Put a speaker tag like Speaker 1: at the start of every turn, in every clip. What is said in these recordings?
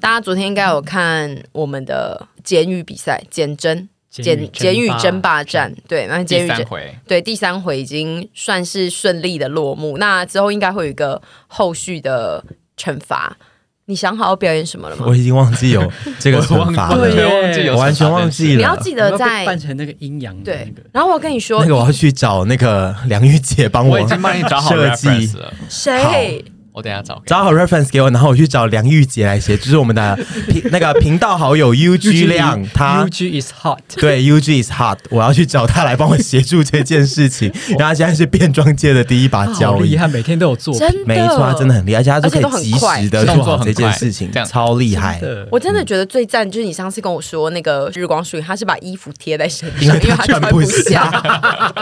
Speaker 1: 大家昨天应该有看我们的监狱比赛，简真监监狱争霸战，对，那监
Speaker 2: 第
Speaker 1: 狱
Speaker 2: 三
Speaker 1: 争
Speaker 2: 回，
Speaker 1: 对第三回已经算是顺利的落幕，那之后应该会有一个后续的惩罚。你想好要表演什么了吗？
Speaker 3: 我已经忘记有这个
Speaker 2: 我忘
Speaker 3: 惩罚
Speaker 2: 我
Speaker 3: 了
Speaker 2: 完
Speaker 4: 对，
Speaker 2: 全忘记有
Speaker 3: 我完全忘记
Speaker 1: 你要
Speaker 3: 了。
Speaker 1: 记
Speaker 4: 我
Speaker 1: 得
Speaker 4: 们要被
Speaker 1: 在
Speaker 4: 扮成那个阴阳的那
Speaker 1: 对
Speaker 4: 个，。
Speaker 1: 然后我跟你说
Speaker 3: 那，个我要去找那个梁玉姐帮
Speaker 2: 我
Speaker 3: 我
Speaker 2: 已经帮你找好
Speaker 3: 设计
Speaker 2: reference 了，
Speaker 1: 谁
Speaker 2: 我等一下找给你。
Speaker 3: 找好 reference 给我，然后我去找梁玉姐来写，就是我们的 频那个频道好友 UG 亮，他
Speaker 4: UG is hot，
Speaker 3: 对 UG is hot，我要去找他来帮我协助这件事情。然后他现在是变装界的第一把
Speaker 4: 好
Speaker 3: 交
Speaker 4: 厉
Speaker 3: 椅，
Speaker 4: 害，每天都有做。
Speaker 1: 真的
Speaker 3: 没错，他真的很厉害，而且他就可以及时的
Speaker 2: 而且都很快
Speaker 3: 做好这件事情
Speaker 2: 动作很快这，样
Speaker 3: 超厉害。
Speaker 4: 的
Speaker 1: 我真的觉得最赞就是你上次跟我说那个日光树影，他是把衣服贴在身
Speaker 3: 因
Speaker 1: 上，
Speaker 3: 为
Speaker 1: 因为他
Speaker 3: 他
Speaker 1: 穿
Speaker 3: 穿不
Speaker 1: 不下。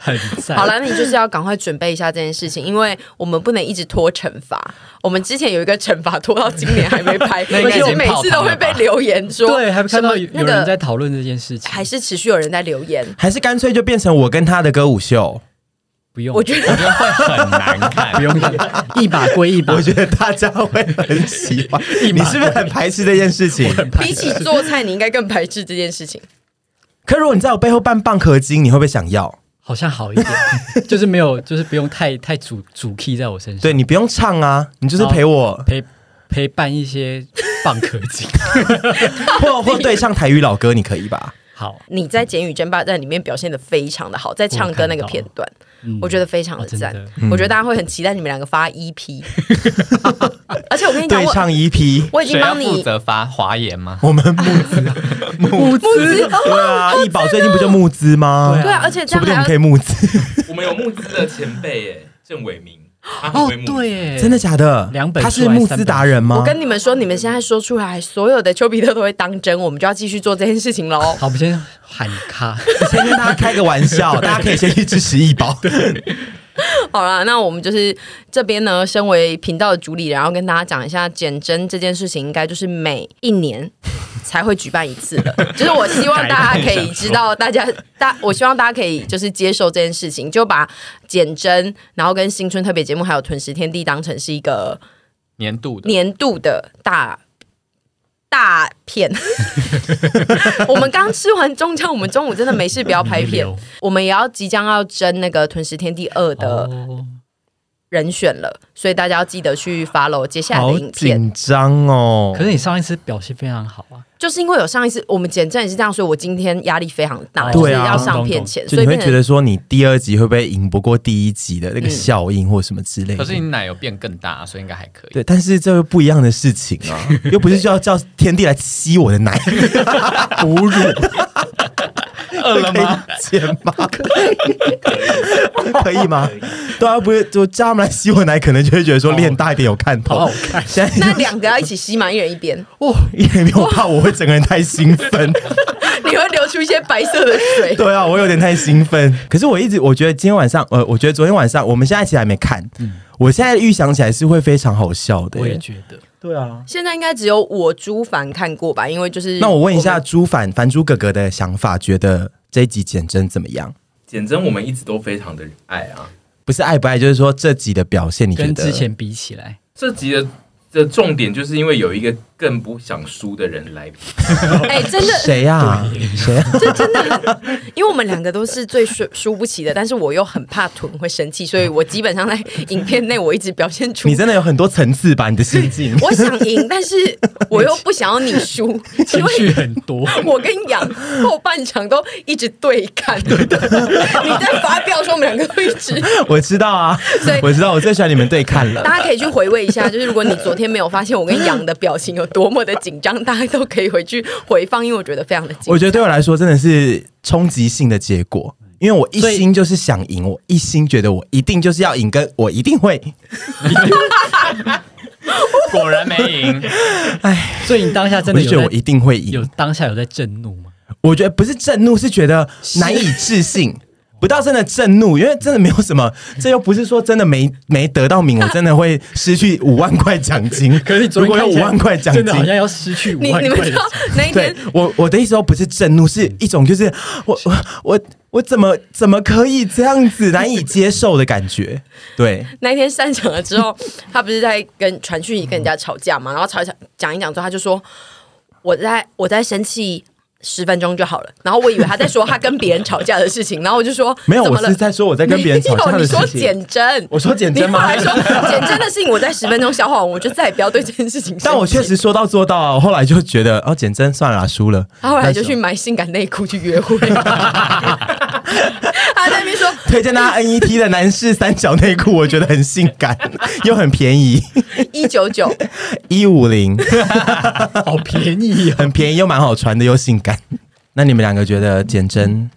Speaker 4: 很赞。
Speaker 1: 好了，那你就是要赶快准备一下这件事情，因为我们不能一直拖惩罚。我们之前有一个惩罚拖到今年还没 拍，
Speaker 2: 那应
Speaker 1: 而
Speaker 2: 该已
Speaker 1: 且
Speaker 2: 经
Speaker 1: 我每次都会被留言说，
Speaker 4: 对，还看到有
Speaker 1: 什么那
Speaker 4: 有人
Speaker 1: 个
Speaker 4: 在讨论这件事情，
Speaker 1: 还是持续有人在留言。
Speaker 3: 还是干脆就变成我跟他的歌舞秀，
Speaker 4: 不用，
Speaker 1: 我觉得
Speaker 2: 我觉得会很难 看
Speaker 4: 不。用一把归一把
Speaker 3: 我。觉得大家会很 喜欢。
Speaker 4: 一
Speaker 3: 你
Speaker 4: 码
Speaker 3: 是不是很排斥这件 事情？
Speaker 1: 比起做菜，你应该更排斥这件事情。
Speaker 3: 可如果你在我背后扮蚌壳精，你会不会想要？
Speaker 4: 好像好一 点，就是没有，就是不用太太主主 key 在我身上，
Speaker 3: 对你不用唱啊，你
Speaker 4: 哦
Speaker 3: 就是 陪我，
Speaker 4: 陪陪伴一些蚌壳 精。
Speaker 3: 或或对唱台语老歌，你可 以吧？
Speaker 4: 好，
Speaker 1: 你在《简语争霸战》里面表现的非常的好，在唱歌那个片段，
Speaker 4: 嗯
Speaker 1: 我觉得非常的
Speaker 4: 哦真
Speaker 1: 赞
Speaker 4: 的。
Speaker 1: 我觉得大家会很期待你们两个发 EP，而且我跟你讲，
Speaker 3: 对
Speaker 1: 我
Speaker 3: 唱 EP，
Speaker 1: 我已
Speaker 2: 谁
Speaker 1: 经
Speaker 2: 要
Speaker 1: 帮
Speaker 2: 负
Speaker 1: 你
Speaker 2: 责发华言吗？
Speaker 3: 我们募
Speaker 4: 募资，
Speaker 3: 对
Speaker 1: 哦
Speaker 3: 啊，易宝最近不就募资吗？
Speaker 1: 对啊，而且这样
Speaker 3: 说不定我们
Speaker 1: 还
Speaker 3: 可以
Speaker 1: 要
Speaker 3: 募资，
Speaker 5: 我们有募资的前辈耶，郑伟明，他很
Speaker 4: 哦
Speaker 5: 会募，资
Speaker 4: 对，耶，
Speaker 3: 真的假的？
Speaker 4: 两本
Speaker 3: 他
Speaker 4: 出来
Speaker 3: 是募资达人吗？
Speaker 1: 我跟你们说，你们现在说出来，所有的丘比特都会当真，我们就要继续做这件事情 喽。
Speaker 4: 好，我们先喊卡，
Speaker 3: 先跟大家开个玩 笑，大家可以先去支持易 宝。
Speaker 1: 好啦，那我们就是这边呢，身为频道的主理人，然后跟大家讲一下减针这件事情，应该就是每一年 才会举办一次的。就是我希望大家可以知道，大家大我希望大家可以就是接受这件事情，就把减针，然后跟新春特别节目还有屯食天地当成是一个
Speaker 2: 年度的
Speaker 1: 年度的大。大片， 我们刚吃完中餐，我们中午真的没事，不要拍片
Speaker 4: 流。
Speaker 1: 我们也要即将要争那个《吞食天地二》的
Speaker 4: 哦
Speaker 1: 人选了，所以大家要记得去 follow 接下来
Speaker 3: 好
Speaker 1: 的影片。
Speaker 3: 紧张哦
Speaker 4: 可！是你上一次表现非常好啊，
Speaker 1: 就是因为有上一次我们减震也是这样，所以我今天压力非常大，
Speaker 4: 哦
Speaker 1: 就是
Speaker 3: 对啊
Speaker 1: 要上片前，
Speaker 3: 就
Speaker 1: 所
Speaker 3: 你
Speaker 1: 以
Speaker 3: 会嗯
Speaker 1: 变
Speaker 3: 觉
Speaker 1: 成
Speaker 3: 得说，你第二集会不会赢不过第一集的那个效应或什么之类
Speaker 2: 可是你
Speaker 3: 的？
Speaker 2: 奶有变更大，所以应该还可以。
Speaker 3: 对，但是这又不一样的事情 啊，又不是就要叫天地来吸我的奶，哺乳
Speaker 2: 饿了
Speaker 3: 可以
Speaker 2: 吗？
Speaker 3: 剪吗？可以吗？对啊，不是就叫他们来吸我奶，可能就会觉得说练大一点有看
Speaker 4: 好
Speaker 3: 头
Speaker 4: 好。看
Speaker 3: 现在
Speaker 1: 那两个要一起吸嘛，一人一边，
Speaker 3: 哇，因为我怕我会整个人太兴奋。
Speaker 1: 你会流出一些白色的水。
Speaker 3: 对啊，我有点太兴奋。可是我一直我觉得今天晚上，呃，我觉得昨天晚上我们现在其实还没看，
Speaker 1: 嗯
Speaker 3: 我现在预想起来是会非常好笑的。
Speaker 4: 我也觉得
Speaker 3: 对啊。
Speaker 1: 现在应该只有我朱凡看过吧，因为就是
Speaker 3: 那我问一下
Speaker 1: 们，
Speaker 3: 朱凡凡朱哥哥的想法，觉得这一集简真怎么样？
Speaker 5: 简真我们一直都非常的爱啊。
Speaker 3: 不是爱不爱，就是说这集的表现，你觉
Speaker 4: 跟
Speaker 3: 得
Speaker 4: 之前比起来，
Speaker 5: 这集的的重点就是因为有一个更不想输的人来，
Speaker 1: 哎、真的，
Speaker 3: 谁呀、啊？谁、啊？
Speaker 1: 因为我们两个都是最输输不起的，但是我又很怕臀会生气，所以我基本上在影片内我一直表现出
Speaker 3: 你真的有很多层次吧？你的心境。
Speaker 1: 我想赢，但是我又不想要你 输，因
Speaker 4: 情
Speaker 1: 为
Speaker 4: 绪很多，
Speaker 1: 我跟你讲，后半场都一直对 看，你在发飙的时候，我们两个都一直。
Speaker 3: 我知道啊
Speaker 1: 所以，
Speaker 3: 我知道，我最喜欢你们对看了。
Speaker 1: 大家可以去回味一下，就是如果你昨天没有发现我跟杨的表情有多么的紧张，大家都可以回去回放，因为我觉得非常的紧
Speaker 3: 我。觉得对我来说真的是冲击性的结果，因为我一
Speaker 4: 所以
Speaker 3: 心就是想赢，我一心觉得我一定就是要赢，跟我一定会。
Speaker 2: 果然没赢，
Speaker 4: 所以你当下真
Speaker 3: 我
Speaker 4: 的
Speaker 3: 就觉得
Speaker 4: 有
Speaker 3: 我
Speaker 4: 在
Speaker 3: 一定会
Speaker 4: 有
Speaker 3: 赢。
Speaker 4: 当下有在震怒 吗？
Speaker 3: 我觉得不是震怒，是觉得难以置信。 不到真的震怒，因为真的没有 什么，这又不是说真的没没得到名，我真的会失去 五万块奖金。
Speaker 4: 可是你昨
Speaker 3: 如
Speaker 4: 天看
Speaker 3: 果有五
Speaker 4: 起来
Speaker 3: 万块奖
Speaker 4: 真的好
Speaker 3: 金，
Speaker 4: 像要失去五
Speaker 1: 你
Speaker 4: 万
Speaker 1: 你们
Speaker 4: 块
Speaker 1: 知
Speaker 4: 的
Speaker 1: 道那一
Speaker 3: 对
Speaker 1: 天，
Speaker 3: 我我的意思说不是震怒，是一种就是我我我我怎么怎么可以这样子难以接受的感觉？对，
Speaker 1: 那一天散场了之后， 他不是在跟传讯息跟人家吵架嘛，然后吵一吵讲一讲之后，他就说我在我在生气十分钟就好了。然后我以为他在说他跟别人吵架的事 情，然后我就说
Speaker 3: 没有，
Speaker 1: 怎
Speaker 3: 我
Speaker 1: 么了
Speaker 3: 是在说我在跟 别人吵架
Speaker 1: 没有
Speaker 3: 的
Speaker 1: 你说
Speaker 3: 事情。
Speaker 1: 简真，
Speaker 3: 我说简
Speaker 1: 你
Speaker 3: 真
Speaker 1: 后
Speaker 3: 吗？
Speaker 1: 来说简真的事情，我在十分钟消化完，我就再也不要对这件事情生气。
Speaker 3: 但我确实说到做到啊！我后来就觉得，哦，简真算了啦，输了。
Speaker 4: 啊
Speaker 1: 他后来就去买性感内裤去约 会，他在那边说
Speaker 3: 推荐大家 NET 的男士三角内裤，我觉得很性感又很便宜，
Speaker 1: 一九九，
Speaker 3: 一五零，
Speaker 4: 好便宜哦。
Speaker 3: 很便宜又蛮好穿的又性感。那你们两个觉得简真？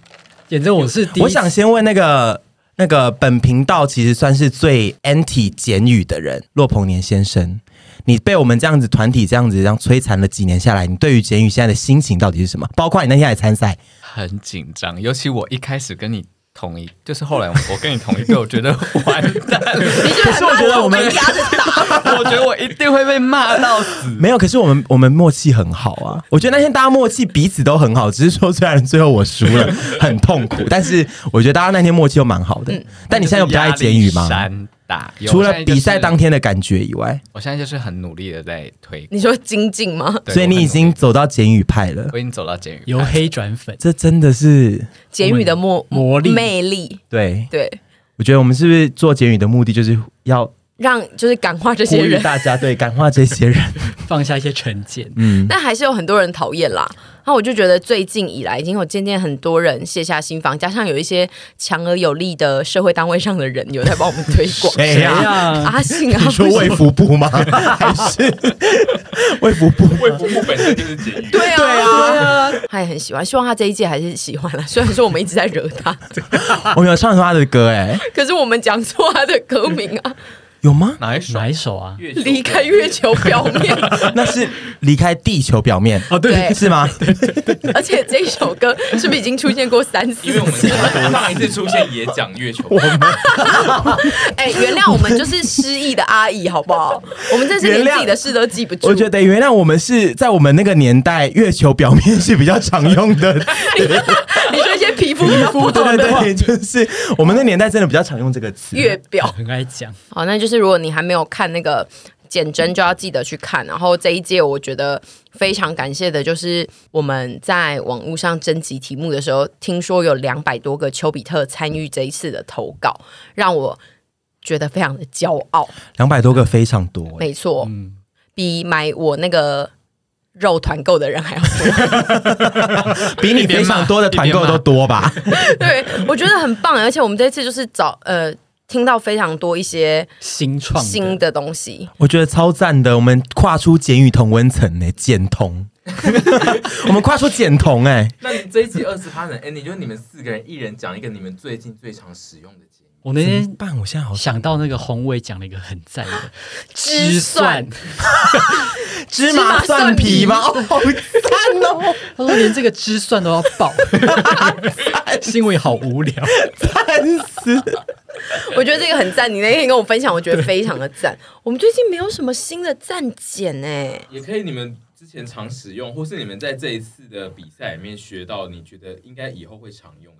Speaker 4: 反正我是第一
Speaker 3: 我想先问那个那个本频道其实算是最 anti 简语的人，骆鹏年先生。你被我们这样子团体这样子这样摧残了几年下来，你对于简语现在的心情到底是什么？包括你那天来参赛，
Speaker 2: 很紧张，尤其我一开始跟你同一，就是后来我我跟你同一队，我觉得完蛋了，
Speaker 1: 你就
Speaker 3: 可是我觉得我们
Speaker 1: 被压着打，
Speaker 2: 我觉得我一定会被骂到死。
Speaker 3: 没有，可是我们我们默契很好 啊。我觉得那天大家默契彼此都很好，只是说虽然最后我输了，很痛苦，但是我觉得大家那天默契都蛮好的。但你现在有比较爱简语
Speaker 2: 嗯
Speaker 3: 吗？
Speaker 2: 山大，有
Speaker 3: 除了
Speaker 2: 我现在就是
Speaker 3: 比赛当天的感觉以外，
Speaker 2: 我现在就是很努力的在推，
Speaker 1: 你说精进吗？
Speaker 2: 对
Speaker 3: 所以你已，
Speaker 2: 我很努
Speaker 3: 经走到简语派了
Speaker 2: 力。我已经走到监狱，
Speaker 4: 由黑转粉，
Speaker 3: 这真的是
Speaker 1: 简语的魔
Speaker 4: 魔力
Speaker 1: 魅力，
Speaker 3: 对，
Speaker 1: 对，
Speaker 3: 我觉得我们是不是做简语的目的就是要
Speaker 1: 让就是感化这
Speaker 3: 呼
Speaker 1: 些
Speaker 3: 吁
Speaker 1: 人，
Speaker 3: 大家对感化 这些人？
Speaker 4: 放下一些成见。
Speaker 3: 嗯，
Speaker 1: 但还是有很多人讨厌啦。然后我就觉得最近以来，已经有渐渐很多人卸下心防，加上有一些强而有力的社会单位上的人有在帮我们推广。
Speaker 3: 谁
Speaker 4: 谁呀？
Speaker 1: 阿信啊，
Speaker 3: 你说
Speaker 1: 不是
Speaker 3: 卫福 部吗？还是卫福部？
Speaker 5: 卫福部本身就是监狱，
Speaker 1: 对啊，
Speaker 3: 对啊
Speaker 1: 他也很喜欢，希望他这一届还是喜欢了。虽然说我们一直在惹他，
Speaker 3: 我们有唱他的歌哎、
Speaker 1: 可是我们讲错他的歌名 啊，
Speaker 3: 有吗？
Speaker 2: 哪一首？
Speaker 4: 哪一首啊？
Speaker 5: 月球
Speaker 1: 离开月球表 面。
Speaker 3: 那是离开地球表面
Speaker 4: 哦，对，
Speaker 1: 对
Speaker 3: 是吗？
Speaker 1: 而且这一首歌是不是已经出现过三次
Speaker 5: 因为？我们上一次出现也讲月球，
Speaker 1: 哎、原谅我们就是失忆的阿姨，好不好？我们这是连自己的事都记不住。
Speaker 3: 我觉得欸原谅我们是在我们那个年代，月球表面是比较常用 的，
Speaker 1: 你说一些皮肤皮肤
Speaker 3: 对对对，就是我们那年代真的比较常用这个词。
Speaker 1: 月表，
Speaker 4: 很爱讲。
Speaker 1: 好，那就是如果你还没有看那个简真，就要记得去看。然后这一届我觉得非常感谢的就是我们在网络上征集题目的时候，听说有两百多个丘比特参与这一次的投稿，让我觉得非常的骄傲。
Speaker 3: 两百多个非常多、欸，
Speaker 1: 没错，比买我那个肉团购的人还要多。
Speaker 3: 比你非常多的团购都多吧？
Speaker 1: 对，我觉得很棒，而且我们这次就是找呃。听到非常多一些
Speaker 4: 新创的
Speaker 1: 新的东 西，
Speaker 3: 我觉得超赞的，我们跨出简语同温层呢，简 同，我们跨出简同 哎、
Speaker 5: 那你这一集二十趴人，哎，你就你们四个人一人讲一个你们最近最常使用的监狱，
Speaker 4: 我那
Speaker 3: 欸，
Speaker 4: 天
Speaker 3: 办，我现在好
Speaker 4: 想到那个宏伟讲了一个很赞 的
Speaker 1: 芝蒜，
Speaker 3: 芝麻蒜 皮吗？哦，好赞哦，
Speaker 4: 他说连这个芝蒜都要爆， 新闻好无聊。
Speaker 3: 赞死！
Speaker 1: 我觉得这个很赞。你那天跟我分享，我觉得非常的赞。 我们最近没有什么新的赞减哎，
Speaker 5: 也可以你们之前常使用，或是你们在这一次的比赛里面学到，你觉得应该以后会常用的。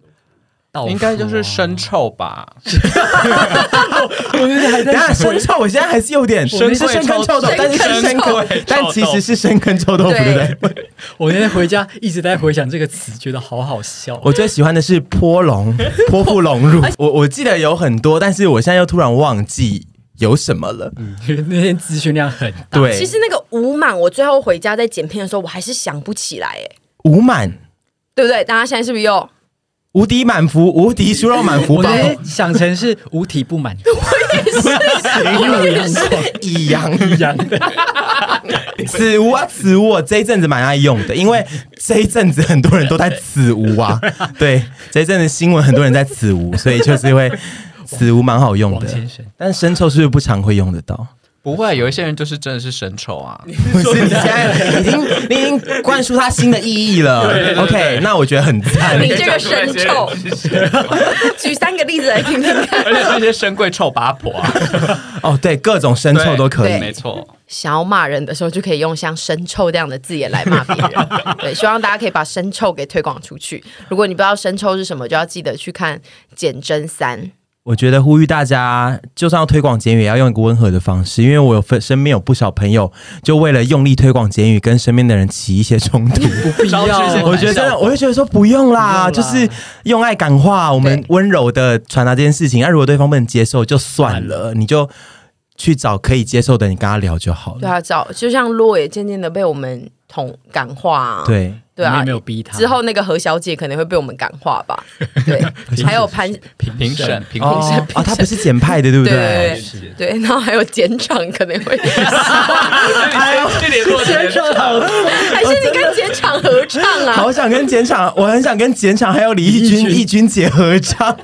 Speaker 4: 倒数啊
Speaker 2: 应该就是生臭吧？
Speaker 4: 哦
Speaker 3: 等一下生臭，我现在还是有点
Speaker 2: 生
Speaker 3: 是
Speaker 2: 臭
Speaker 3: 生根臭豆，
Speaker 1: 生
Speaker 3: 但是是生
Speaker 1: 臭
Speaker 3: 根，但其实是生根臭豆腐，对不对？
Speaker 4: 我那天回家一直在回想这个词，觉得好好笑。
Speaker 3: 我最喜欢的是泼 龙，泼妇龙乳。我我记得有很多，但是我现在又突然忘记有什么了。
Speaker 4: 因为那天资讯量很大，
Speaker 1: 嗯
Speaker 3: 对，
Speaker 1: 其实那个五满，我最后回家在剪片的时候，我还是想不起来哎，
Speaker 3: 无满
Speaker 1: 对不对？大家现在是不是又？
Speaker 3: 无敌满福，无敌猪肉满福
Speaker 4: 我
Speaker 3: 包
Speaker 4: 那，天想成是五体不满足，
Speaker 3: 一样一样
Speaker 4: 一样的。
Speaker 3: 此无啊，此无，我这一阵子蛮爱用的，因为这一阵子很多人都在此 无啊，对，这一阵子新闻很多人在此无，所以就是会此无蛮好用
Speaker 4: 王
Speaker 3: 的
Speaker 4: 先生。
Speaker 3: 但生抽是不是不常会用得到？
Speaker 2: 不会，有一些人就是真的是神丑啊，
Speaker 3: 不是你现在已经你已经灌输他新的意义了。OK，那我觉得很赞。
Speaker 1: 你这个神丑，举三个例子来听听看。
Speaker 2: 而且是一些深贵臭八婆啊，
Speaker 3: 哦，对，各种生臭都可以
Speaker 1: 对。
Speaker 2: 没错，
Speaker 1: 想要骂人的时候，就可以用像“生臭”这样的字眼来骂别 人。对，希望大家可以把“生臭”给推广出去。如果你不知道“生臭”是什么，就要记得去看《简真三》。
Speaker 3: 我觉得呼吁大家，就算要推广简语，也要用一个温和的方式，因为我有分身边有不少朋友，就为了用力推广简语，跟身边的人起一些冲突。
Speaker 4: 不必要
Speaker 2: 招致一些。
Speaker 3: 我觉得真的，我就觉得说不用啦，
Speaker 4: 不用啦
Speaker 3: 就是用爱感化，我们
Speaker 1: 对
Speaker 3: 温柔的传达这件事情。那、啊如果对方不能接受，就算了，你就去找可以接受的，你跟他聊就好
Speaker 1: 对
Speaker 3: 了。
Speaker 1: 啊，找就像洛也渐渐的被我们同感化、啊。
Speaker 3: 对，
Speaker 1: 对
Speaker 4: 你
Speaker 1: 啊
Speaker 4: 也没，有逼他。
Speaker 1: 之后那个何小姐可能会被我们感化吧。 对，还有潘
Speaker 2: 评审评
Speaker 3: 哦
Speaker 2: 审，
Speaker 3: 啊，他不 是简派的，对不
Speaker 1: 对对对
Speaker 3: 对？
Speaker 5: 是
Speaker 1: 对，然后还有简长可能 会，
Speaker 2: 这里落
Speaker 4: 先生好，
Speaker 1: 还是你跟简长合唱啊？
Speaker 3: 好想跟简场，我很想跟简场还有李义
Speaker 4: 李
Speaker 3: 军、
Speaker 4: 义军
Speaker 3: 义军姐合唱。